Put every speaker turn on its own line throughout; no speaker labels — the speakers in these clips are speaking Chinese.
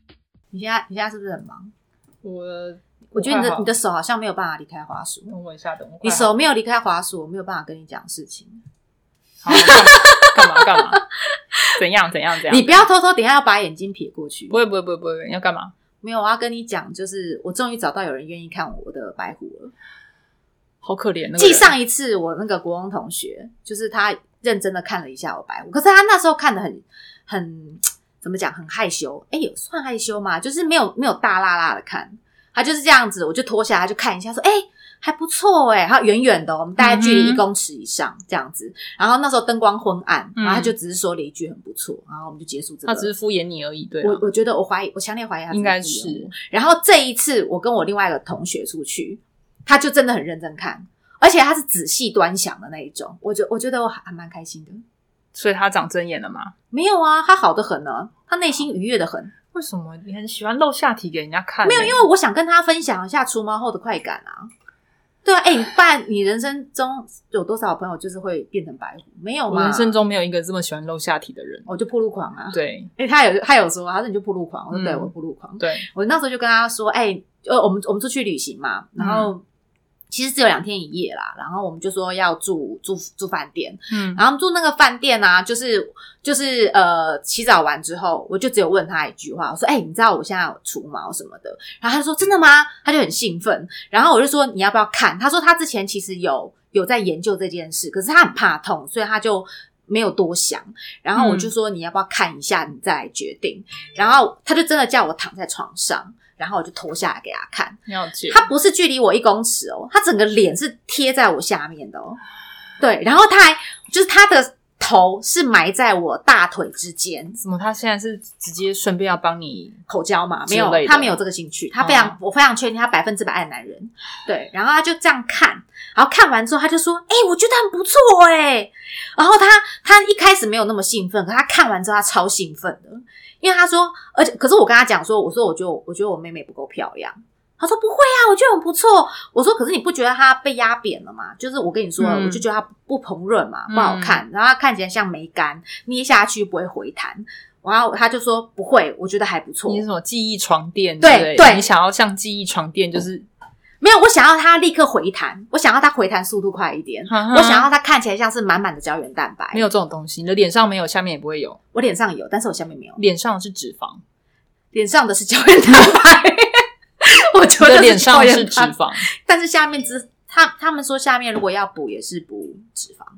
现在你现在是不是很忙？
我
我觉得你
快
的
好
你的手好像没有办法离开滑鼠，
等我一下，等我快好。
你手没有离开滑鼠，我没有办法跟你讲事情。
好干嘛干嘛干嘛？怎样怎样怎样？
你不要偷偷，等一下要把眼睛撇过去
不。会不会不会不会，你要干嘛？
没有，我要跟你讲，就是我终于找到有人愿意看我的白虎了。
好可怜，那个
记
人
上一次我那个国中同学，就是他认真的看了一下我白虎，可是他那时候看的很很怎么讲，很害羞。哎、有算害羞吗？就是没有没有大辣辣的看，他就是这样子，我就脱下来就看一下，说哎。还不错哎、他远远的哦，我们大概距离
嗯哼
一公尺以上这样子。然后那时候灯光昏暗，
嗯
然后他就只是说了一句很不错，然后我们就结束这个。
他只是敷衍你而已，对啊
我我觉得我怀疑，我强烈怀疑他只
应该
故意的
是
然后这一次我跟我另外一个同学出去，他就真的很认真看，而且他是仔细端详的那一种。我觉我觉得我还还蛮开心的。
所以他长针眼了嘛？
没有啊，他好的很呢、他内心愉悦的很。
为什么你很喜欢露下体给人家看呢？
没有，因为我想跟他分享一下除毛后的快感啊。对啊，哎、不然你人生中有多少朋友就是会变成白狐？没有
我
吗？
人生中没有一个这么喜欢露下体的人。
我就破路狂啊。
对
哎、他有他有说，他说你就破路狂，我说对，
嗯
我破路狂。
对，
我那时候就跟他说，哎、呃，我们我们出去旅行嘛，然后、其实只有两天一夜啦，然后我们就说要住住住饭店，
嗯
然后我们住那个饭店啊，就是就是呃，洗澡完之后，我就只有问他一句话，我说，哎、你知道我现在有除毛什么的，然后他就说真的吗？他就很兴奋，然后我就说你要不要看？他说他之前其实有有在研究这件事，可是他很怕痛，所以他就。没有多想，然后我就说你要不要看一下，你再来决定。然后他就真的叫我躺在床上，然后我就脱下来给他看。
了解。
他不是距离我一公尺哦，他整个脸是贴在我下面的哦。对，然后他还就是他的头是埋在我大腿之间，
怎么他现在是直接顺便要帮你？
口交嘛，没有
之类，的哦
他没有这个兴趣，他非常，我非常确定他百分之百爱男人。对，然后他就这样看，然后看完之后他就说：“哎、我觉得很不错哎、然后他他一开始没有那么兴奋，可他看完之后他超兴奋的，因为他说，而且可是我跟他讲说，我说我觉得我我觉得我妹妹不够漂亮。他说不会啊，我觉得很不错。我说可是你不觉得她被压扁了吗？就是我跟你说了，
嗯
我就觉得她不蓬润嘛，不好看，然后她看起来像梅干，捏下去不会回弹。然后他就说不会，我觉得还不错。
你是什么记忆床垫？
对
之类的
对
你想要像记忆床垫，就是
没有，我想要它立刻回弹，我想要它回弹速度快一点，我
我
想要它看起来像是满满的胶原蛋白。
没有，这种东西，你的脸上没有，下面也不会有，
我脸上有，但是我下面没有，
脸上是脂肪，
脸上的是胶原蛋白。我觉
你
得
的
是
脸
胶
上
原
是脂
蛋白，
肪，
但是下面脂，他他们说下面如果要补也是补脂肪，
啊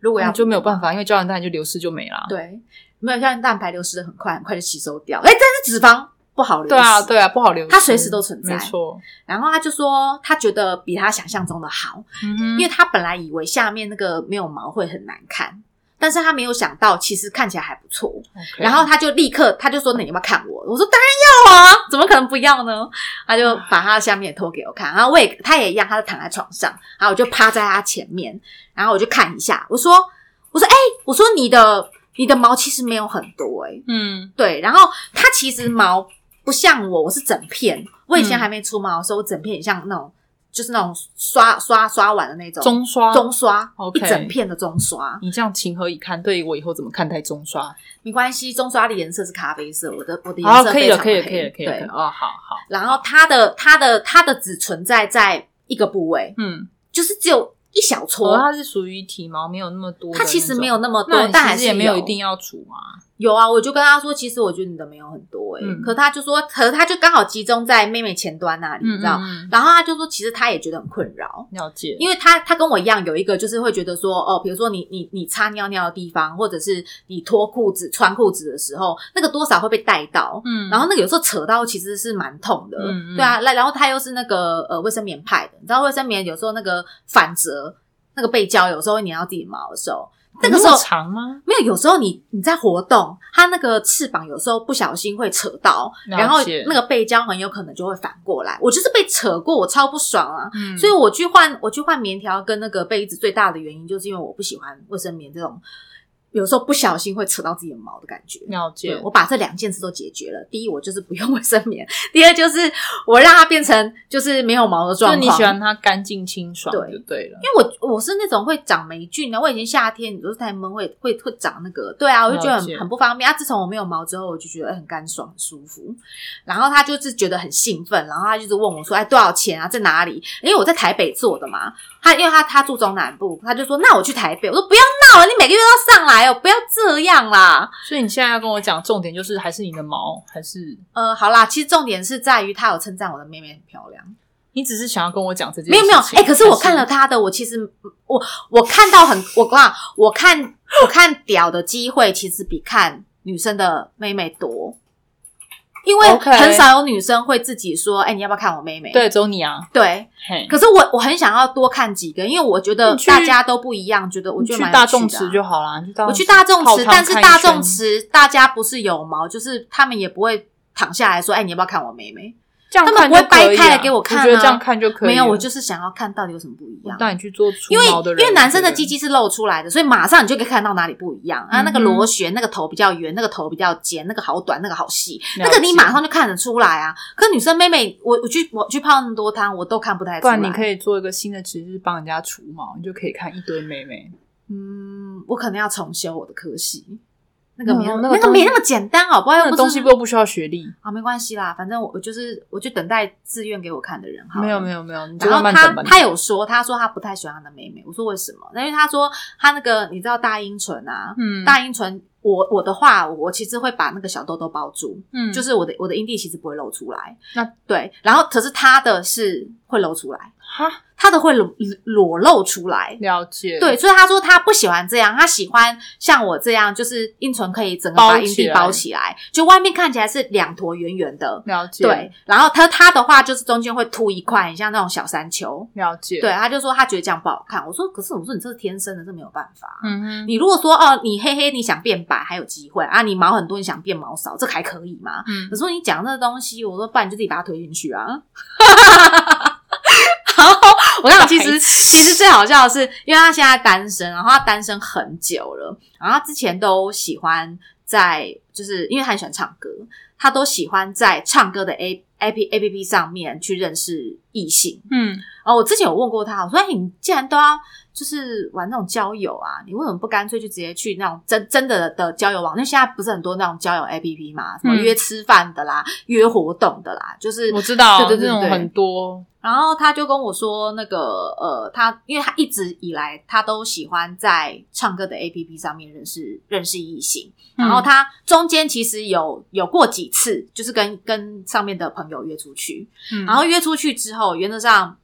如果要
你就没有办
法。
法，因为胶原蛋就流失就没啦。
对，没有胶原蛋白流失的很快，很快就吸收掉。哎，但是脂肪不好流失。
对啊，对啊，不好流失，
它随时都存在
没错。
然后他就说，他觉得比他想象中的好，
嗯哼，
因为他本来以为下面那个没有毛会很难看，但是他没有想到其实看起来还不错。
OK
然后他就立刻他就说：“那你要不要看我？”我说：“当然要啊，怎么可能不要呢？”他就把他下面脱给我看，然后我也他也一样，他就躺在床上，然后我就趴在他前面，然后我就看一下，我说：“我说哎、我说你的你的毛其实没有很多哎、
嗯，
对，然后它其实毛不像我，我是整片。我以前
嗯
还没出毛的时候，我整片很像那种，就是那种刷刷刷完的那种
中刷，
中刷
OK
一整片的中刷。
你这样情何以堪？对于我以后怎么看待中刷？
没关系，中刷的颜色是咖啡色，我的我的
好，
颜色
哦可以
非
了，
常
可以
黑
了，可以了，可以了。可以
对
了，哦，好好，
然后它的它的它的只存在在一个部位，
嗯，
就是只有一小
我
撮。
它是属于体毛没有那么多的那
它
种，
其实没有那么多
哦那，你
但还
其
是
实也没
有
有一定要除啊。
有啊，我就跟他说，其实我觉得你的没有很多哎、欸，
嗯
可他就说，可他就刚好集中在妹妹前端那里，你知道？
嗯，嗯
然后他就说，其实他也觉得很困扰，
了解。
因为他他跟我一样有一个就是会觉得说，哦，比如说你你你擦尿尿的地方，或者是你脱裤子穿裤子的时候，那个多少会被带到。
嗯
然后那个有时候扯到其实是蛮痛的，
嗯嗯
对啊，那然后他又是那个呃卫生棉派的，你知道卫生棉有时候那个反折那个背胶，有时候会粘到自己毛的时候，那个时候
么长吗？
没有，有时候你你在活动，它那个翅膀有时候不小心会扯到，
了解
然后那个背胶很有可能就会反过来。我就是被扯过，我超不爽啊！
嗯
所以我去换我去换棉条跟那个被子，最大的原因就是因为我不喜欢卫生棉这种有时候不小心会扯到自己的毛的感觉。
了
对
解，
我把这两件事都解决了。第一，我就是不用卫生棉； 第二，就是我让它变成就是没有毛的状
就
况。
你喜欢它干净清爽
对
就对了。
因为我我是那种会长霉菌啊的，我以前夏天你都是太闷会会会长那个，对啊，我就觉得
了解
很很不方便啊。自从我没有毛之后，我就觉得很干爽、很舒服。然后他就是觉得很兴奋，然后他就是问我说：“哎，多少钱啊？在哪里？”因为我在台北做的嘛，他因为他他住中南部，他就说：“那我去台北。”我说：“不要闹啊了，你每个月都要上来哦，不要这样啦。
所以你现在要跟我讲重点就是还是你的毛，还是”
呃，好啦，其实重点是在于他有称赞我的妹妹很漂亮。
你只是想要跟我讲这件事情？
没有没有，哎、可是我看了
还
他的，我其实嗯我我看到很，我哇，我看我看屌的机会其实比看女生的妹妹多，因为
OK
很少有女生会自己说，哎、你要不要看我妹妹？
对，只有你啊，
对，
嘿，
可是我我很想要多看几个，因为我觉得
你去
大家都不一样，觉得我觉得
你去
蛮有
大
趣的
众
啊
池就好啦。你去大
我去大
众
众
泡
池，
汤
但是
看一
大众
圈
池大家不是有毛，就是他们也不会躺下来说，哎、你要不要看我妹妹？
这样
他们
看
不会
就可以
掰开来
啊
给我看
我觉得
啊
这样看就可以了。
没有，我就是想要看到底有什么不一样。
带你去做除
因为
毛的人，
因为男生的
对不对
鸡鸡是露出来的，所以马上你就可以看到哪里不一样啊。那个
嗯哼
螺旋，那个头比较圆，那个头比较尖，那个好短，那个好细，
了
那个你
解
马上就看得出来啊。可女生妹妹，我我去我去泡那么多汤，我都看不太
不
出来。
然你可
以，
以做一个新的职，就是帮人家除毛，你就可以看一堆妹妹。
嗯，我可能要重修我的科系，那个
那
没那
那
个
个东
没
西
那么简单，哦好不好？又
那
不是
个东西都不需要学历，
啊，没关系啦，反正我我就是我就等待自愿给我看的人好。
没有
有。
没有没有，你就
然后
慢慢
他
等吧。
他有说，他说他不太喜欢他的妹妹。我说为什么？那因为他说他那个你知道大阴唇啊，
嗯，
大阴唇，我我的话，我其实会把那个小痘痘包住，
嗯
就是我的我的阴蒂其实不会露出来。
那
对，然后可是他的是会露出来，
哈
他的会裸裸露出来。
了解，
对，所以他说他不喜欢这样，他喜欢像我这样，就是阴唇可以整个把
包
阴
起
蒂
来嗯
包起来，就外面看起来是两坨圆圆的。
了解
对，然后他他的话就是中间会凸一块，很像那种小山丘。
了解
对，，他就说他觉得这样不好看。我说，可是我说你这是天生的，这没有办法。啊
嗯哼，
你如果说哦，你黑黑你想变白还有机会啊，你毛很多你想变毛少，这还可以吗？
嗯
可是你讲这东西，我说不然你就自己把它推进去啊。然后我跟你讲，其实其实最好笑的是，因为他现在单身，然后他单身很久了，然后他之前都喜欢在，就是因为他很喜欢唱歌，他都喜欢在唱歌的 A A P A P P 上面去认识异性。
嗯，
哦，我之前有问过他，我说：“哎、你既然都要就是玩那种交友啊，你为什么不干脆就直接去那种真真的的交友网？因为现在不是很多那种交友 APP 嘛，什么
嗯
约吃饭的啦、约活动的啦，就是
我知道，
对对对
这种
对
很多，
然后他就跟我说，那个呃，他因为他一直以来他都喜欢在唱歌的 A P P 上面认识认识异性，
嗯
然后他中间其实有有过几次，就是跟跟上面的朋友约出去，
嗯，
然后约出去之后，原则上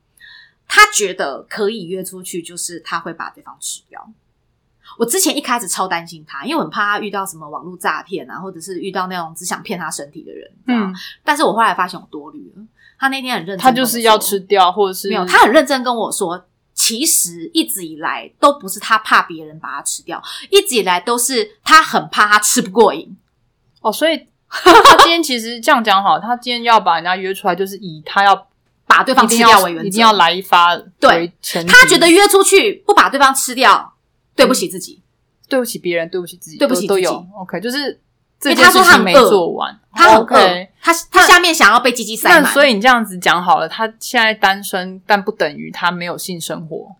他觉得可以约出去，就是他会把对方吃掉。我之前一开始超担心他，因为我很怕他遇到什么网络诈骗啊，或者是遇到那种只想骗他身体的人，嗯
嗯，，
但是我后来发现我多虑了。他那天很认真，
他就是要吃掉，或者是
没有，他很认真跟我说，其实一直以来都不是他怕别人把他吃掉，一直以来都是他很怕他吃不过瘾。
哦，所 以他今天其实这样讲好，他今天要把人家约出来，就是以他要
把对方
一定
吃掉
要
为原则
一定要来一发
对
为前提，
他觉得约出去不把对方吃掉，对不
嗯
起自己。
对不起别人，对不起自己，
对不起
都都
自己
有，OK，就是这
为
件
他说
事
他很
情没
饿
做完，
他很饿
哦
嗯
OK。
他他下面想要被鸡鸡塞
那
满，
所以你这样子讲好了，他现在单身，但不等于他没有性生活。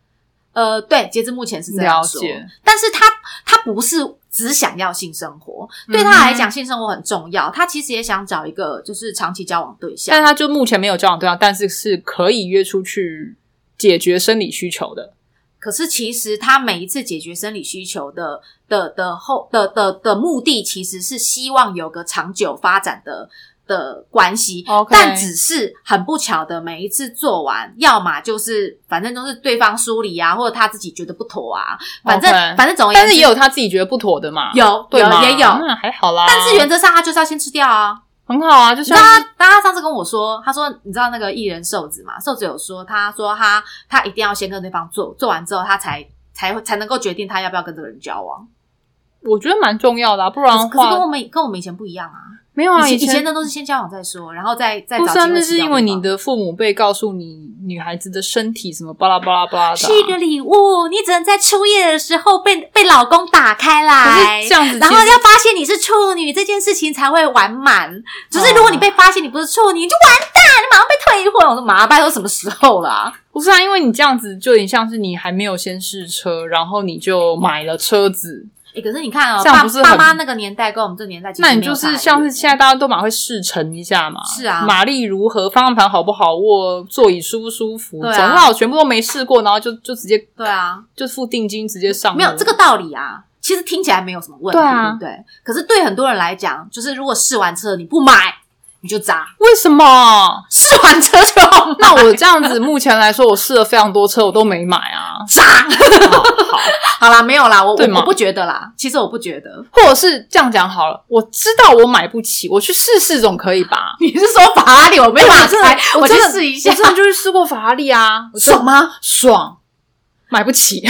呃，对，截至目前是这样
了
说
解。
但是他他不是只想要性生活，对
嗯
他来讲，性生活很重要。他其实也想找一个就是长期交往对象
但。他就目前没有交往对象，啊但是是可以约出去解决生理需求的。
可是其实他每一次解决生理需求的的的后的的的目的，其实是希望有个长久发展的的关系。
OK
但只是很不巧的，每一次做完，要么就是反正都是对方疏离啊，或者他自己觉得不妥啊，反正
OK
反正总而言之，
但是也有他自己觉得不妥的嘛，
哦有
对
有
吗
也有，
那还好啦。
但是原则上他就是要先吃掉啊。
很好啊，就
你知
像
道他，大家上次跟我说，他说你知道那个艺人瘦子嘛？瘦子有说，他说他他一定要先跟对方做，做完之后他才才会才能够决定他要不要跟这个人交往。
我觉得蛮重要的、啊，不然
可
的
是可是跟我
话
们跟我们以前不一样啊，
没有啊，
以前
以
以
前
前的都是先交往再说，然后再再
不
找
是
机
啊，
会
那
吃
是
掉
因为
对
你
方
的父母辈告诉你女孩子的身体什么巴拉巴拉巴拉的啊、
是一个礼物，你只能在初夜的时候被被老公打开
可
来
是这。样子其实，
然后要发现你是处女这件事情才会完满，只是如
哦
果你被发现你不是处女，你就完蛋，你马上被退婚。我说马上拜托什么时候啦？
不是啊，因为你这样子就有点像是你还没有先试车，然后你就买了车子，
哎、可是你看哦，
这样
爸
不是
爸
很
妈那个年代跟我们这个年代其实没
那
有
你
差很
就
远，
是像是现在大家都蛮会试乘一下嘛，
是啊
马力如何，方向盘好不好握，座椅舒不舒服，
对啊
总不好全部都没试过，然后就就直接
对啊，
就付定金直接上路，
没有这个道理啊。其实听起来没有什么问题，
哦对啊
不对？可是对很多人来讲，就是如果试完车你不买，你就渣；
为什么？
试完车就要买
那我这样子目前来说，我试了非常多车，我都没买啊，
渣。好啦，没有啦，我
对
我
吗
我不觉得啦，其实我不觉得。
或者是这样讲好了，我知道我买不起，我去试试总可以吧？
你是说法拉利我没办法
真的
开，
我
去
真的
试一下
我，真的就去试过法拉利啊，
爽吗？
爽，买不起，
可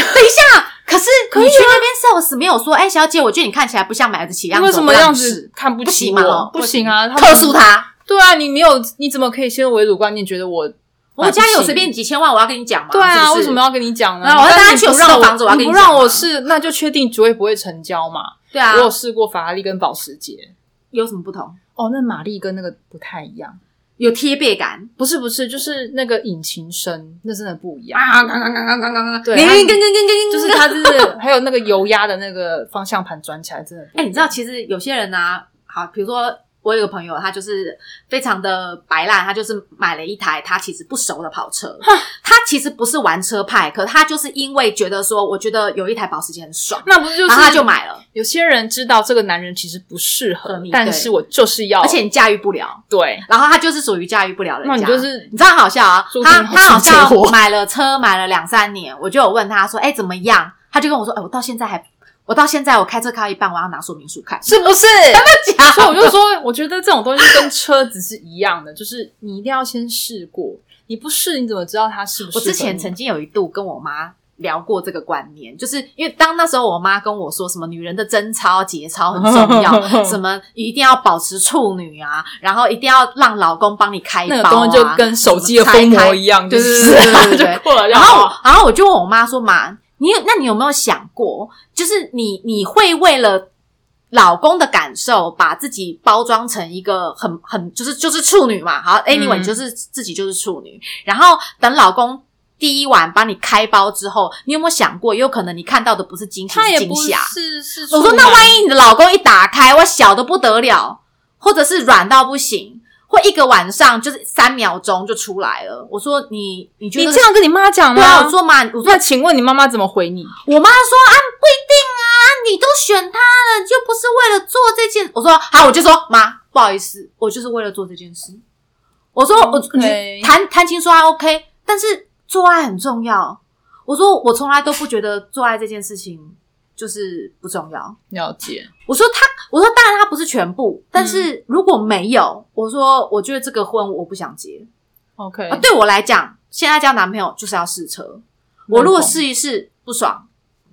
是
可以
你
啊
去那边 sales 没有说，哎、小姐，我觉得你看起来不像买得起样子，
为什
我不
么
让
样
你
子
试？
看不起
不行嘛
我
哦？
不行啊，
特诉
他们。
他，
对啊，你没有，你怎么可以先入为主观念觉得我？
我家有随便几千万，我要跟你讲嘛。
对啊，
是不是
为什么要跟你讲呢？
那我
但
当然
是
去有
你不
四
让
栋房子我要
你
跟
不
你讲
让我
嘛
试，那就确定绝对不会成交嘛。
对啊
我，有试过法拉利跟保时捷，
有什么不同？
哦，那马力跟那个不太一样。
有贴背感
不是不是，就是那个引擎声，那真的不一样。
啊！刚刚刚刚刚刚刚，
对
跟
它
跟跟跟跟，
就是它就是还有那个油压的那个方向盘转起来，真的 不一样
哎、你知道，其实有些人呢、啊好，比如说我有个朋友，他就是非常的白烂，他就是买了一台他其实不熟的跑车，他其实不是玩车派，可他就是因为觉得说，我觉得有一台保时捷很爽，
那不是就是哦
然后他就买了，
有些人知道这个男人其实不适合
合你，
但
对
是我就是要，
而且你驾驭不了，
对，
然后他就是属于驾驭不了人家，
那你就是
你知道很好笑啊
注，定
他
好
他好
上车
像
祸
买了车，买了两三年，我就有问他说，哎、怎么样？他就跟我说，哎、我到现在还，我到现在我开车开到一半，我要拿说明 书看，
是不是？
假
所以我就说，我觉得这种东西跟车子是一样的，就是你一定要先试过，你不试你怎么知道它是不是？
我之前曾经有一度跟我妈聊过这个观念，就是因为当那时候我妈跟我说什么女人的贞操、节操很重 要，什么一定要保持处女啊，然后一定要让老公帮你开包、
那
啊，
个东西就跟手机的封
什么拆
膜
开
一样，
对
就
对
是
对对对对
就过了，
然后，然后我就问我妈说：“妈，你有那你有没有想过，就是你你会为了老公的感受，把自己包装成一个很很就是就是处女嘛？好，anyway，、
嗯
你就是自己就是处女。然后等老公第一晚帮你开包之后，你有没有想过，有可能你看到的不是惊喜，
他也
是惊
不
吓？
是是出
我
门，
说那万一你的老公一打开，我小的不得了，或者是软到不行。”或一个晚上就是三秒钟就出来了。我说你，你觉得
你这样跟你妈讲吗？
对啊，我说妈，我说
那请问你妈妈怎么回你？
我妈说啊，不一定啊，你都选他了，就不是为了做这件。我说好，我就说妈，不好意思，我就是为了做这件事。我说我
嗯 OK
你谈谈情说爱 OK，但是做爱很重要。我说我从来都不觉得做爱这件事情就是不重要。
了解，
我说他，我说当然他不是全部，但
嗯
是如果没有，我说我觉得这个婚我不想结。
OK，
啊，对我来讲，现在交男朋友就是要试车。我如果试一试不爽，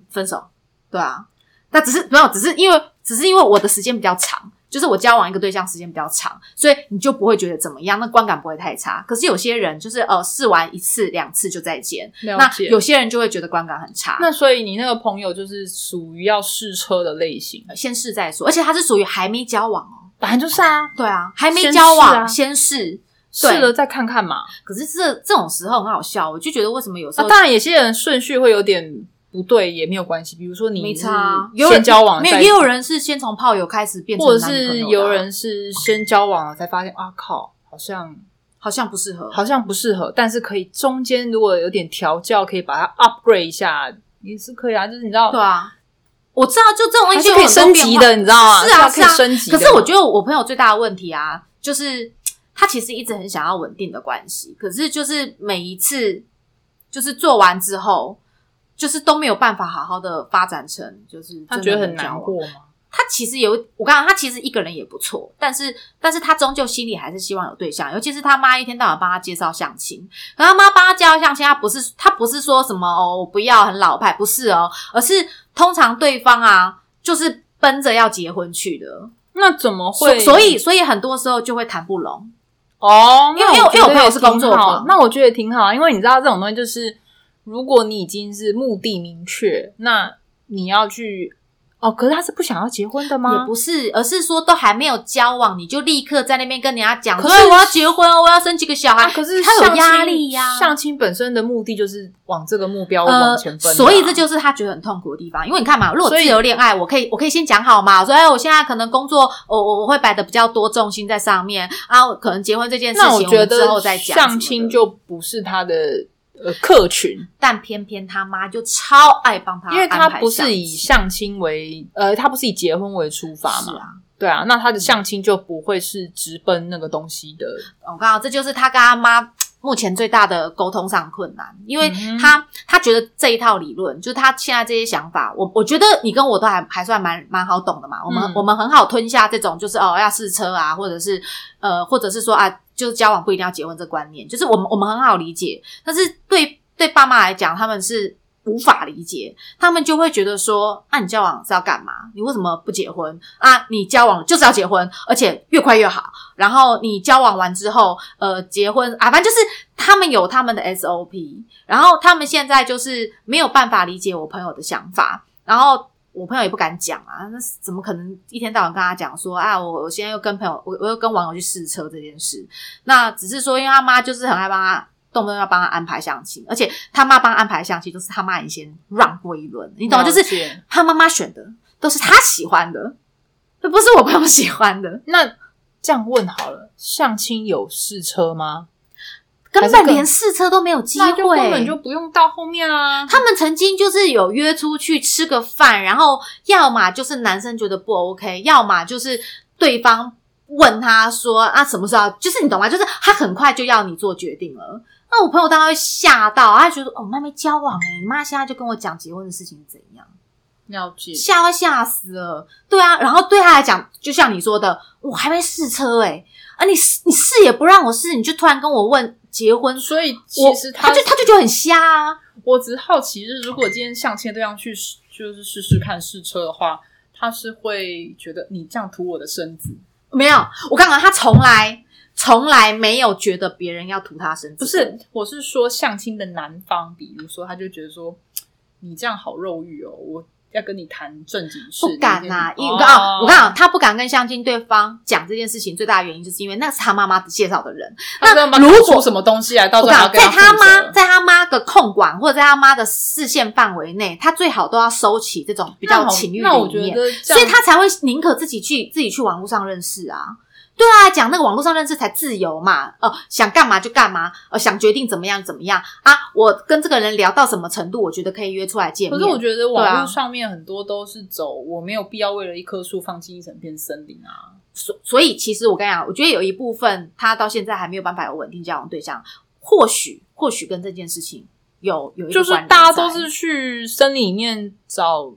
分手，对啊。那只是没有，只是因为只是因为我的时间比较长，就是我交往一个对象时间比较长，所以你就不会觉得怎么样，那观感不会太差。可是有些人就是呃试完一次两次就再见，
了
那
解。
有些人就会觉得观感很差。
那所以你那个朋友就是属于要试车的类型，
先试再说，而且他是属于还没交往哦。
本来就是啊，
对啊，还没
先
交
试啊
往先试。对
试了再看看嘛。
可是这这种时候很好笑，我就觉得为什么有时
那、
候
啊当然，有些人顺序会有点不对，也没有关系。比如说你
没
是
差啊，有人
先交往
没
再，
有，也有人是先从炮友开始变成
或者
男女朋
是
友的啊
有人是先交往了才发现啊靠，好像
好像不适合，
好像不适合，但是可以中间如果有点调教，可以把它 upgrade 一下也是可以啊。就是你知道，
对啊，我知道，就这种
还
东西
是
有
可以
很多
升
变
级
化
的，你知道吗？
是啊
可以
是啊
升级的。
可是我觉得我朋友最大的问题啊，就是他其实一直很想要稳定的关系，可是就是每一次就是做完之后，就是都没有办法好好的发展成，就是
他
真的
觉得很
能交
难
往
过吗？
他其实有，我刚刚他其实一个人也不错，但是但是他终究心里还是希望有对象，尤其是他妈一天到晚帮他介绍相亲，可他妈帮他介绍相亲，他不是他不是说什么哦我不要很老派，不是哦，而是通常对方啊就是奔着要结婚去的，
那怎么
所
会？
所以所以很多时候就会谈不拢。
哦，那
因为因为因为
我觉得
我朋友是
也挺
工作
好
狂，
那我觉得也挺好，啊因为你知道这种东西就是，如果你已经是目的明确，那你要去哦，可是他是不想要结婚的吗？
也不是，而是说都还没有交往，你就立刻在那边跟人家讲，
可是
哎我要结婚哦，我要生几个小孩，
啊，可是
他有
相亲
压力呀
相亲本身的目的就是往这个目标
呃
往前奔、，啊
所以这。就是他觉得很痛苦的地方。因为你看嘛，如果
所以
自由恋爱，我可以我可以先讲好嘛，我说哎，我现在可能工作，我我我会摆的比较多重心在上面啊，可能结婚这件事情
那我觉
们之后
得
再讲什么的。
相亲就不是他的呃客群，
但偏偏他妈就超爱帮他安排相亲，
因为他不是以相亲为呃，他不是以结婚为出发嘛
是，啊，
对啊，那他的相亲就不会是直奔那个东西的，
我告诉你，这就是他跟他妈目前最大的沟通上困难，因为
嗯哼
他、他觉得这一套理论，就是他现在这些想法，我我觉得你跟我都还还算蛮蛮好懂的嘛，我们、
嗯
我们很好吞下这种就是哦要试车啊，或者是呃或者是说啊就是交往不一定要结婚这观念，就是我们我们很好理解，但是对对爸妈来讲，他们是。无法理解，他们就会觉得说：“啊，你交往是要干嘛？你为什么不结婚啊？你交往就是要结婚，而且越快越好。然后你交往完之后，呃，结婚啊，反正就是他们有他们的 SOP，然后他们现在就是没有办法理解我朋友的想法，然后。我朋友也不敢讲啊，那怎么可能一天到晚跟他讲说啊，我我现在又跟朋友，我我又跟网友去试车这件事。那只是说，因为他妈就是很爱帮他，动不动要帮他安排相亲，而且他妈帮他安排相亲都是他妈以前让过一轮，你懂吗？就
了
是
解
他妈妈选的都是他喜欢的，这不是我朋友喜欢的。
那这样问好了，相亲有试车吗？
根
还
本
是更
连试车都没有机
那就
会，
根本就不用到后面啊。
他们曾经就是有约出去吃个饭，然后要么就是男生觉得不 OK，要么就是对方问他说啊什么时候要，就是你懂吗？就是他很快就要你做决定了。那我朋友当然会吓到，他觉得哦，我们还没交往哎、你妈现在就跟我讲结婚的事情是怎样。
了解
吓都吓死了。对啊，然后对他来讲，就像你说的，我还没试车哎、啊你试你试也不让我试，你就突然跟我问结婚，
所以
我
其实
他就他就觉得很瞎啊。
我只是好奇，就是如果今天相亲的对象去试就是试试看试车的话，他是会觉得你这样吐我的身子，
没有，我刚刚他从来从来没有觉得别人要吐他身子，
不是？我是说相亲的男方，比如说他就觉得说你这样好肉欲哦，我要跟你谈正经事，
不敢呐、
你
因为我跟
跟你
啊，
哦
我跟你讲，他不敢跟相亲对方讲这件事情，最大的原因就是因为那是他妈妈介绍的人。
他知道吗
那如果
搞出什么东西来，到
我
时候还
讲，
要跟
在他
负
妈
责
在他妈的控管或者在他妈的视线范围内，他最好都要收起这种比
那
较
好
情欲的
那我
一
觉
面，
得这
所
样，
以他才会宁可自己去自己去网络上认识啊。对啊，讲那个网络上认识才自由嘛，呃，想干嘛就干嘛，呃，想决定怎么样怎么样啊。我跟这个人聊到什么程度，我觉得可以约出来见面。
可是我觉得
对
网
啊
络上面很多都是走，我没有必要为了一棵树放弃一整片森林啊。
所所以，其实我跟你讲，我觉得有一部分他到现在还没有办法有稳定交往对象，或许或许跟这件事情有有一个
就是
关联
大家都
在
是去森林里面找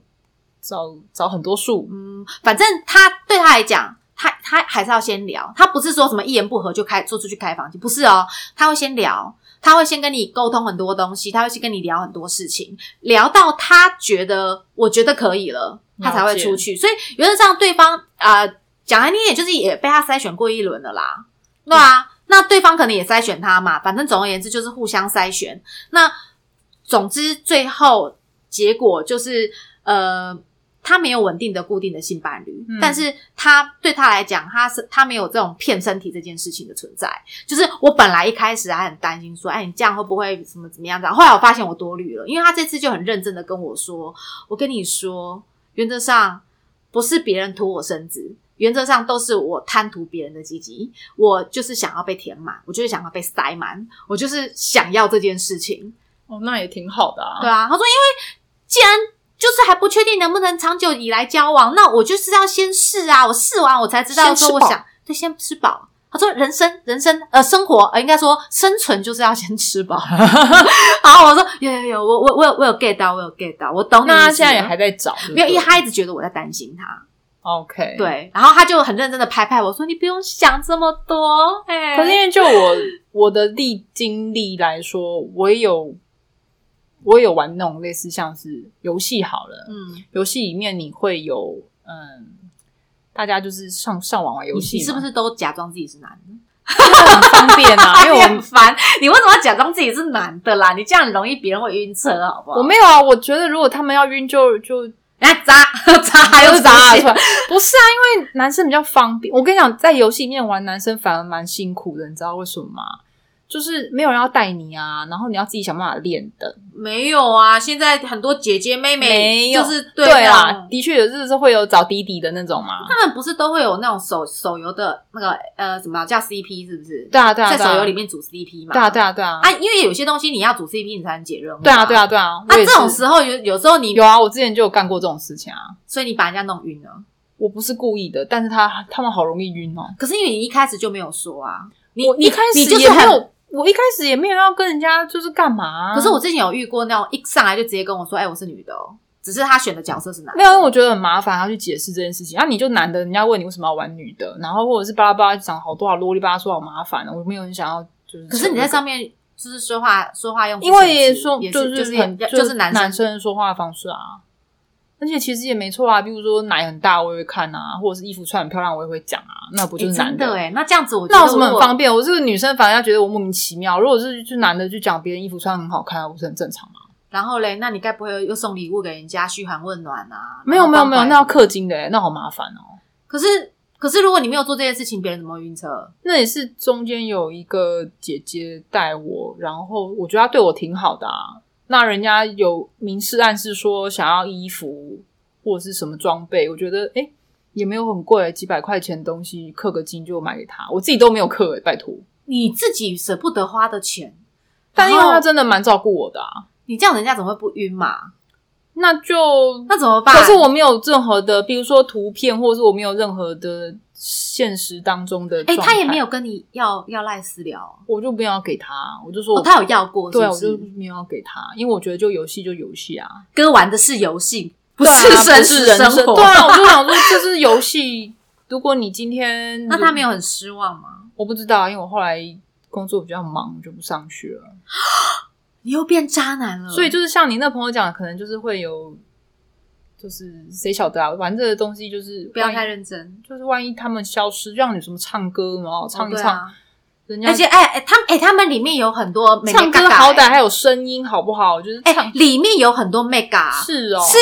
找找很多树，
嗯，反正他对他来讲，他他还是要先聊，他不是说什么一言不合就开说出去开房间，不是哦，他会先聊，他会先跟你沟通很多东西，他会先跟你聊很多事情，聊到他觉得我觉得可以了，他才会
了解
出去。所以原则上对方啊、呃讲来你也就是也被他筛选过一轮了啦，
嗯
对啊，那对方可能也筛选他嘛，反正总而言之就是互相筛选。那总之最后结果就是呃。他没有稳定的固定的性伴侣，
嗯
但是他对他来讲，他是他没有这种骗身体这件事情的存在。就是我本来一开始还很担心说，哎，你这样会不会怎么怎么样的？后来我发现我多虑了，因为他这次就很认真的跟我说，我跟你说，原则上不是别人图我身子，原则上都是我贪图别人的鸡鸡，我就是想要被填满，我就是想要被塞满，我就是想要这件事情。
哦，那也挺好的啊。
对啊，他说因为既然就是还不确定能不能长久以来交往，那我就是要先试啊，我试完我才知道
先吃
说我
饱
想对先吃饱。他说人生人生呃生活呃应该说生存就是要先吃饱。 然后我说有有有我我我有我有 get 到我有 get 到我懂你意思了。
那他现在也还在找，对不
没有，
对
因为他一直觉得我在担心他，
OK。
对，然后他就很认真的拍拍我说：“你不用想这么多，哎、
可是因为就我我的历经历来说，我也有我也有玩那种类似像是游戏好了，
嗯，
游戏里面你会有嗯大家就是上上网玩游戏
你
嘛，
是不是都假装自己是男的？
很方便 啊？因为我
很烦，你为什么要假装自己是男的啦？你这样很容易别人会晕车，好不好？
我没有啊，我觉得如果他们要晕就就
来 砸砸又
就砸
砸
出来， 不是啊，因为男生比较方便。我跟你讲，在游戏里面玩男生反而蛮辛苦的，你知道为什么吗？就是没有人要带你啊，然后你要自己想办法练的。
没有啊，现在很多姐姐妹
没
妹
有
就是啊
啦，，的确有就是会有找弟弟的那种嘛。
他们不是都会有那种手手游的那个呃什么叫 CP 是不是？
对啊，对啊，
在
对啊
手游里面组 CP 嘛。
对啊，对啊，对啊，
啊，因为有些东西你要组 CP 你才能解任务。
对啊，对。啊，对啊。
啊，
我也
这
是
种时候有有时候你
有啊，我之前就有干过这种事情啊。
所以你把人家弄晕了，
我不是故意的，但是他他们好容易晕哦。
可是因为你一开始就没有说啊，你
我
你
一开始
你就
也
是
没
很
有，我一开始也没有要跟人家就是干嘛啊。
可是我之前有遇过那种一上来就直接跟我说：“哎、我是女的哦。”只是他选的角色是男的
没有，因为我觉得很麻烦，要去解释这件事情。啊，你就男的，人家问你为什么要玩女的，然后或者是巴拉巴拉讲好多好啰里吧嗦，好麻烦哦。我没有很想要，就是。
可是你在上，面就是说话说话用字
因
遣词，
为说
也
就是
就是是
很
就是男
男生说话的方式啊。而且其实也没错啊，比如说奶很大我也会看啊，或者是衣服穿很漂亮我也会讲啊，那不就是
诶
男
真的
的
哎、那这样子我觉
那
得
有什么很
我
方便？我这个女生，反而要觉得我莫名其妙。如果是就男的去讲别人衣服穿很好看，不是很正常吗？
然后嘞，那你该不会又送礼物给人家嘘寒问暖啊？
没有没有没有，那要
可
氪金的、欸，那好麻烦哦、
可是可是如果你没有做这件事情，别人怎么会晕车？
那也是中间有一个姐姐带我，然后我觉得她对我挺好的啊。那人家有明示暗示说想要衣服或者是什么装备，我觉得诶、也没有很贵，几百块钱的东西氪个金就买给她，我自己都没有氪、欸，拜托。
你自己舍不得花的钱，
但因为
然后
她真的蛮照顾我的啊，
你这样人家怎么会不晕嘛？
那就
那怎么办？
可是我没有任何的，比如说图片，或者是我没有任何的现实当中的
哎、
状态，
他也没有跟你要要赖私聊
我就不要给他，我就说我、
哦，他有要过是
对啊，
不
我
是，
就没有要给他，因为我觉得就游戏就游戏啊，
哥玩的是游戏，不
对啊
真
不是
实
人
生活。
对啊，我就想说这是游戏。如果你今 天
那他没有很失望吗？
我不知道，因为我后来工作比较忙，我就不上去了。
你又变渣男了，
所以就是像你那朋友讲的，可能就是会有，就是谁晓得啊？玩这个东西就是
不要
万一
太认真。
就是万一他们消失，就像你什么唱歌嘛，哦唱一
对
唱，
啊
人家
而且哎哎，他们哎他们里面有很多妹妹
唱
嘎
歌
嘎
好歹还有声音，好不好？就是
哎
唱、
里面有很多妹嘎，
是哦，
是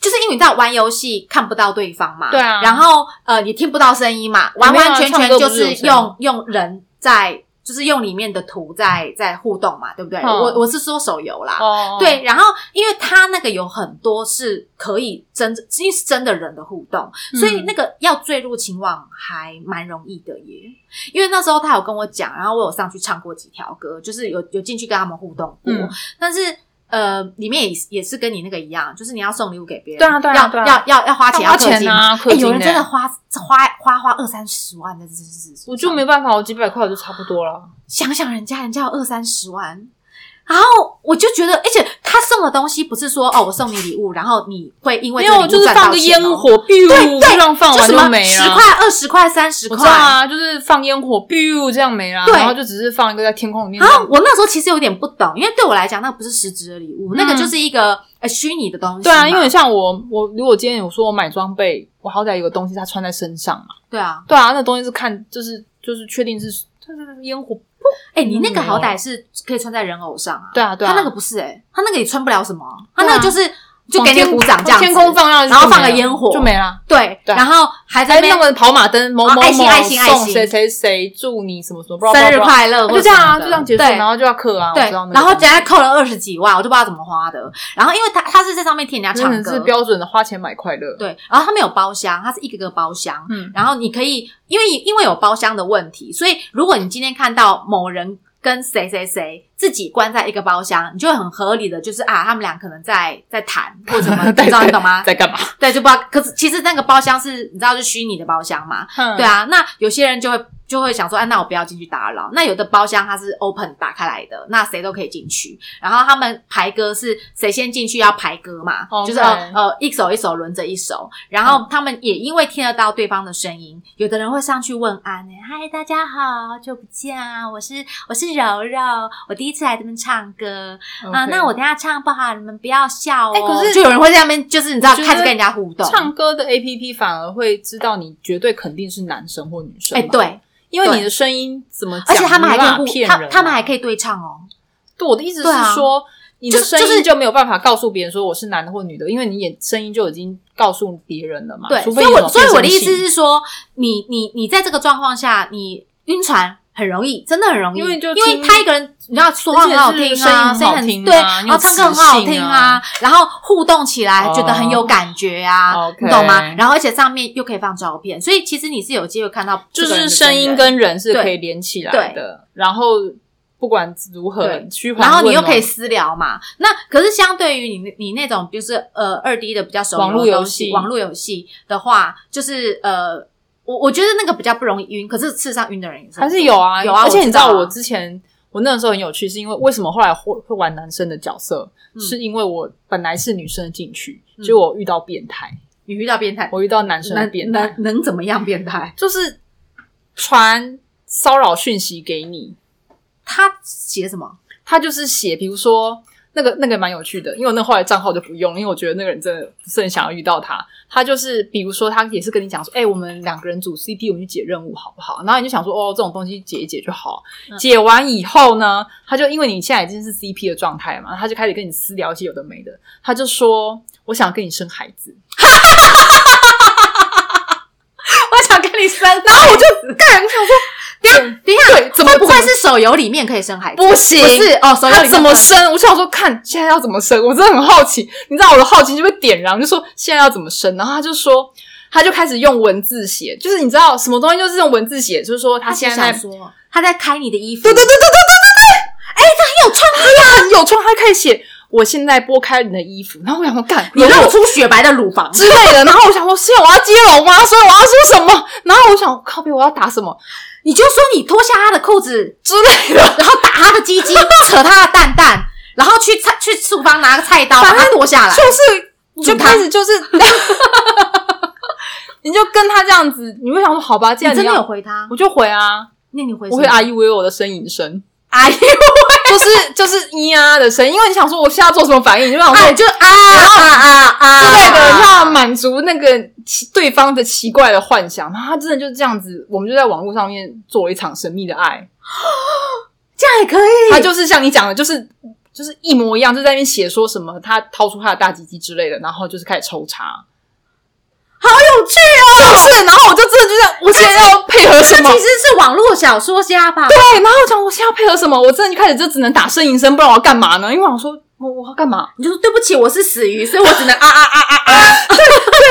就是因为你知道玩游戏看不到对方嘛，
对啊
然后呃也听不到声音嘛，完
没有啊
完全
唱
全
歌
就
不是有
是
声音
用用人在就是用里面的图在在互动嘛，对不对？
嗯
我我是说手游啦，
哦，
啊对，然后因为他那个有很多是可以真，因为是真的人的互动，
嗯
所以那个要坠入情网还蛮容易的耶。因为那时候他有跟我讲，然后我有上去唱过几条歌，就是有有进去跟他们互动过，
嗯
但是。呃，里面也是也是跟你那个一样，就是你要送礼物给别人，
对啊对啊
要
对啊
要要要花钱，
要花
氪
钱
金
啊氪
哎有
金
人
呢
真的花花花花二三十万在这件事情上，
我就没办法，我几百块我就差不多了。
想想人家，人家有二三十万，然后我就觉得，而且他送的东西不是说哦，我送你礼物，然后你会因为
没
这个
有，
礼
就
物
是
赚到
放个
钱
烟
哦，
火，biu，就让放
就
完
什么
没
十
了。
块、二十块、三十
我
块
知道。啊，就是放烟火，biu 这样没了，
对啊
然后就只是放一个在天空里面
然。后我那时候其实有点不懂，因为对我来讲，那不是实质的礼物，那个
嗯
就是一个呃虚拟的东西
对
嘛。
啊，因为像我，我如果今天有说我买装备，我好歹有个东西它穿在身上嘛。
对啊，
对啊，那东西是看，就是就是确定是就是烟火。
哎，你那个
没有
好歹是可以穿在人偶上啊，
对啊，嗯对啊，
他那个不是哎，他那个也穿不了什么，他
对啊
那个就是就给你
往天
鼓掌这样子，
天空放上去就没
然
了，
后放个烟火
就没了。
对，
对啊
然后还在
还
那边
弄个跑马灯，某
啊
某某
爱心爱心爱
送
心
谁谁谁祝你什么什么，blah blah
生日
blah
快乐，
就这样啊，
或者什么
就这
的
样结束，
对
然后就要刻啊，我
对
知道，那个
然后
东西
人家扣了二十几万，我就不知道怎么花的。然后因为他他是在上面听人家唱
真的
歌，
是标准的花钱买快乐，
对，然后他们有包厢，它是一个个包厢。
嗯，
然后你可以，因为因为有包厢的问题，所以如果你今天看到某人跟谁谁谁自己关在一个包厢，你就会很合理的，就是啊，他们俩可能在在谈或 什么，你知道你懂吗？
在干嘛？
对，就不知道。可是其实那个包厢是你知道是虚拟的包厢嘛，对
啊，
啊，那有些人就会就会想说，哎、那我不要进去打扰。那有的包厢它是 open 打开来的，那谁都可以进去。然后他们排歌是谁先进去要排歌嘛
OK
就是呃呃一首一首轮着一首。然后他们也因为听得到对方的声音，有的人会上去问安、哎嗨，大家好，好久不见啊，我是我是柔柔，我第一次来这边唱歌啊、
OK
那我等一下唱不好，你们不要笑哦。
哎可是
就有人会在那边，就是你知道
我觉得
开始跟人家互动，
唱歌的 A P P 反而会知道你绝对肯定是男生或女生。
哎、，对，
因为你的声音怎么讲，
而且他们还
你没办法
可以
骗
互他
人啊
他们还可以对唱哦。
对，我的意思
对啊
是说，你的
就是
声
就是
音就没有办法告诉别人说我是男的或女的，因为你也声音就已经告诉别人了嘛。
对，
啊除
所
非
以
你有
我所以我的
变
意
声
思
器，
是说，你你你在这个状况下，你晕船很容易，真的很容易，
因为就
因为
听
他一个人，你知道说话很好听啊，
而且是
声音很
声音很好听啊
对，然
你有
后唱歌很好听啊，然后互动起来
哦
觉得很有感觉啊，
OK
你懂吗？然后而且上面又可以放照片，所以其实你是有机会看到这
就
个人的
是声
真
音
人
跟人是可以连起来的。然后不管如何
对，
虚幻
然后你又
问哦
可以私聊嘛。那可是相对于你那你那种就是呃二 D 的比较熟
网
络
络游戏
网络游戏的话，就是呃我我觉得那个比较不容易晕，可是事实上晕的人也是
还
很
是
多
有啊
有啊，
而且你知道，
我
我之前我那个时候很有趣，是因为为什么后来会会玩男生的角色，
嗯
是因为我本来是女生的进去，
嗯
结果我遇到变态，
你遇到变态，
我遇到男生的
能
变态
能，能怎么样变态？
就是传骚扰讯息给你，
他写什么？
他就是写，比如说那个那个蛮有趣的，因为我那后来账号就不用，因为我觉得那个人真的不是很想要遇到他。他就是比如说他也是跟你讲说，哎、我们两个人组 CP，我们去解任务好不好？然后你就想说，哦，这种东西解一解就好。
嗯
解完以后呢，他就因为你现在已经是 CP 的状态嘛，他就开始跟你私聊一些有的没的。他就说，我想跟你生孩子。
我想跟你生，
然后我就干，我想说
等一下等一下，
对，怎么
会不
不
会是手游里面可以生孩子？
不行？
不是哦，手游里
他
面
怎么
不能
生？我想说，看现在要怎么生，我真的很好奇。你知道我的好奇就被点燃，我就说现在要怎么生？然后他就说，他就开始用文字写，就是你知道什么东西就是用文字写，就是说他
他
现
现
在
在
在
说他在开你的衣服，
对对对对对对对对，哎，他很有创意啊，很有创意，他可以写我现在拨开你的衣服，然后我想说，干，
你
有
露
我
出雪白的乳房，
之类的。然后我想说，是我要接龙吗？所以我要说什么？然后我想，靠背，我要打什么
你就说你脱下他的裤子，
之类的。
然后打他的 鸡鸡，扯他的蛋蛋，然后去菜去厨房拿个菜刀把
反正
他剁下来。
就是
煮
就
汤
开始就是，你就跟他这样子，你会想说好吧，既
你
然
真的
要
有，回他？
我就回啊，
那你回什
我
么
会啊一 u 我的呻 吟声，
哎呦
就是就是咿呀的声音，因为你想说我现在做什么反应，你就想
哎
说。
就啊啊啊啊
之类的，
啊
要满足那个奇对方的奇怪的幻想，然后他真的就是这样子，我们就在网络上面做了一场神秘的爱。
这样也可以。
他就是像你讲的，就是就是一模一样，就在那边写说什么他掏出他的大鸡鸡之类的，然后就是开始抽插。
有趣哦，
就是，然后我就真的就是，我现在要配合什
他
么
其？实是网络小说家吧？
对，然后我想我现在要配合什么？我真的一开始就只能打呻吟声，不然我要干嘛呢？因为我想说我我要干嘛？
你就说对不起，我是死鱼，所以我只能啊 啊啊啊啊！
对，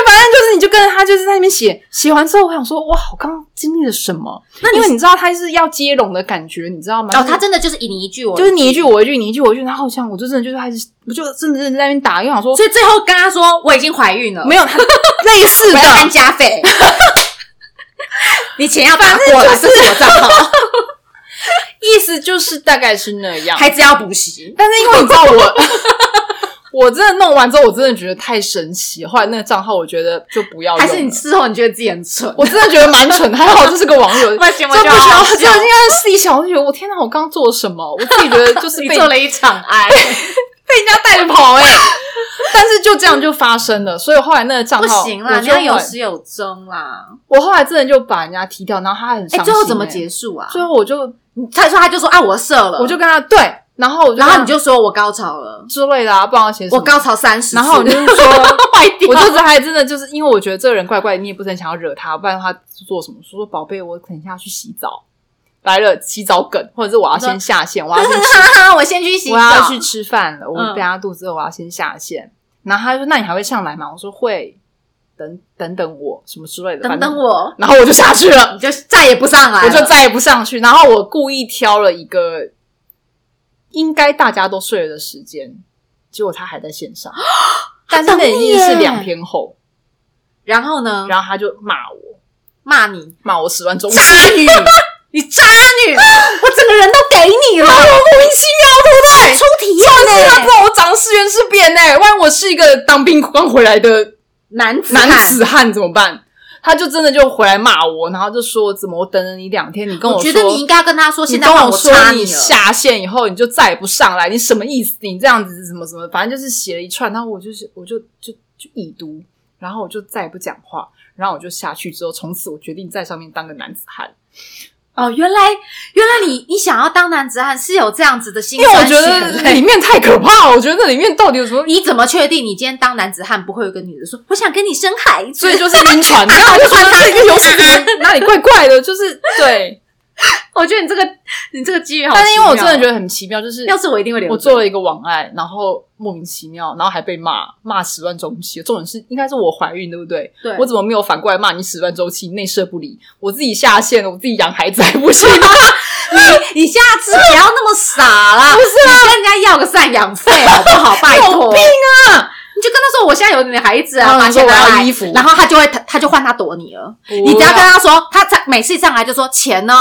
反正就是你就跟着他就是在那边写，写完之后我想说哇，我刚刚经历了什么？
那你
因为你知道他是要接龙的感觉，你知道吗？
哦，他
就是
真的就是以你一句我，
就是你一句。我一句，你一句我一句，然后像我就真的就是开始，我就真的真的在那边打，因为想说
所以最后跟他说 我已经怀孕了，
没有他类似
我
的
要，看加 费。你钱要打过来，
反正
这是我账号，
意思就是大概是那样。
孩子要补习。
但是因为你知道我，我 真的弄完之后，我真的觉得太神奇了。后来那个账号，我觉得就不要
还
用
是你
了。
事后你觉得自己很蠢？
我真的觉得蛮蠢的，还好这是个网友，
不行我
这不
就
需
好
要，
笑
这应该自己想，我就觉得我天哪，我刚刚做了什么？我自己觉得就是
你
被
做了一 场爱，
被人家带着跑哎、 但是就这样就发生了，所以后来那个账
不
号
行啦，
我
你
就
要有
后来
始有终啦。
我后来真的就把人家踢掉，然后他很
哎、
伤心、
最后怎么结
束？
束啊？
最后我就
他说他就说啊，我射了，
我就跟他对，然后我就
然后你
跟
就说我高潮了
他，之类的啊，不然要写什么
我高潮三十，
然后我就是说
坏掉，
我就是还真的就是因为我觉得这个人怪怪，你也不是很想要惹他，不然他做什么？说说宝贝，我等一下去洗澡，来了洗澡梗，或者是我要先下线，我要先吃，
我先去洗澡，
我要去吃饭了，我
嗯
被他肚子饿，我要先下线。然后他就说：“那你还会上来吗？”我说：“会，等等等我什么之类的，
等
反
等
正。
我”，
然后我就 下去了，
你就再也不上来了，
我就再也不上去。然后我故意挑了一个应该大家都睡了的时间，结果他还在线 上，但是那已经是两天后。
然后呢，
然后他就骂我，
骂你
骂我十万种
渣女，你渣女， 我整个人都给你了，我莫名其 妙，对不 对？出体
哦不
验
然
呢、
不然我长得是圆是扁呢、万一我是一个当兵刚回来的
男子
男
汉
子汉怎么办？他就真的就回来骂我，然后就说怎么我等了你两天，你跟
我
说，
觉得你应该跟他说，现在
跟
换
我说
插
你
了。
下线以后你就再也不上来，你什么意思？你这样子是什么什么，反正就是写了一串，然后我就是我就就就已读，然后我就再也不讲话，然后我就下去之后，从此我决定在上面当个男子汉，
哦，原来原来你你想要当男子汉是有这样子的心
因为我
酸
觉
血泪，
得里面太可怕了，我觉得那里面到底有什么？
你怎么确定你今天当男子汉不会有个女的说我想跟你生孩子？
所以就是晕船，然后我就觉得这个游戏怎么哪里怪怪的，就是对。
我觉得你这个你这个机遇好奇妙哦，
但是因为我真的觉得很奇妙，就是
要是我一定会留着。
我做了一个网爱，然后莫名其妙，然后还被骂，骂十万周期。重点是应该是我怀孕，对不对？
对，
我怎么没有反过来骂你十万周期内射不理？我自己下线了，我自己养孩子还不行 吗？
你你下次不要那么傻啦，不是啊，你跟人家要个赡养费好不好？拜
你有
托，
病
啊！你就跟他说我现在有你的孩子啊，
然后
把
你说
钱拿
我要
来
衣服
然后他就会他他就换他躲你了。你
你
只要 跟他说，他在每次上来就说钱呢，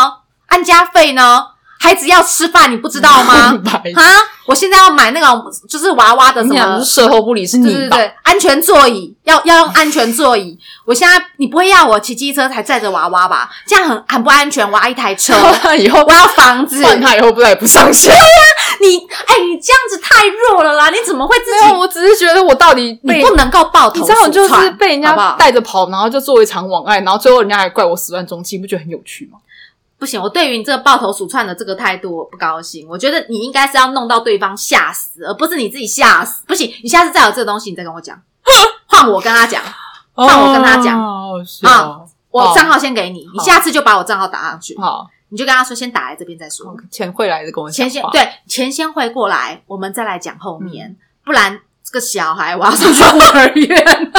安家费呢，孩子要吃饭，你不知道 吗？啊！我现在要买那种就是娃娃的什
你想
么
是。售后不理是你
对
吧？
对对，安全座椅要要用安全座椅。我现在你不会要我骑机车才载着娃娃吧？这样很很不安全。我要一台车，
然后他以后
我要房子。
换他以后不然也不上线。
你哎、你这样子太弱了啦！你怎么会自
没有，
己？
我只是觉得我到底
你
被
不能够抱头
你知道我就
鼠
是
窜
被人
好不
家
好
带着跑，然后就做一场网爱，然后最后人家还怪我十万中计，不觉得很有趣吗？
不行，我对于你这个抱头鼠窜的这个态度我不高兴。我觉得你应该是要弄到对方吓死，而不是你自己吓死。不行，你下次再有这个东西，你再跟我讲，换我跟他讲，换我跟他讲
哦，是哦，
我
好
账号先给你，你
好
下次就把我账号打上去，
好，
你就跟他说先打来这边再说，
钱会来的跟我讲
钱
话
先对钱先汇
嗯
过来，我们再来讲后面，不然这个小孩我要送去孤儿院。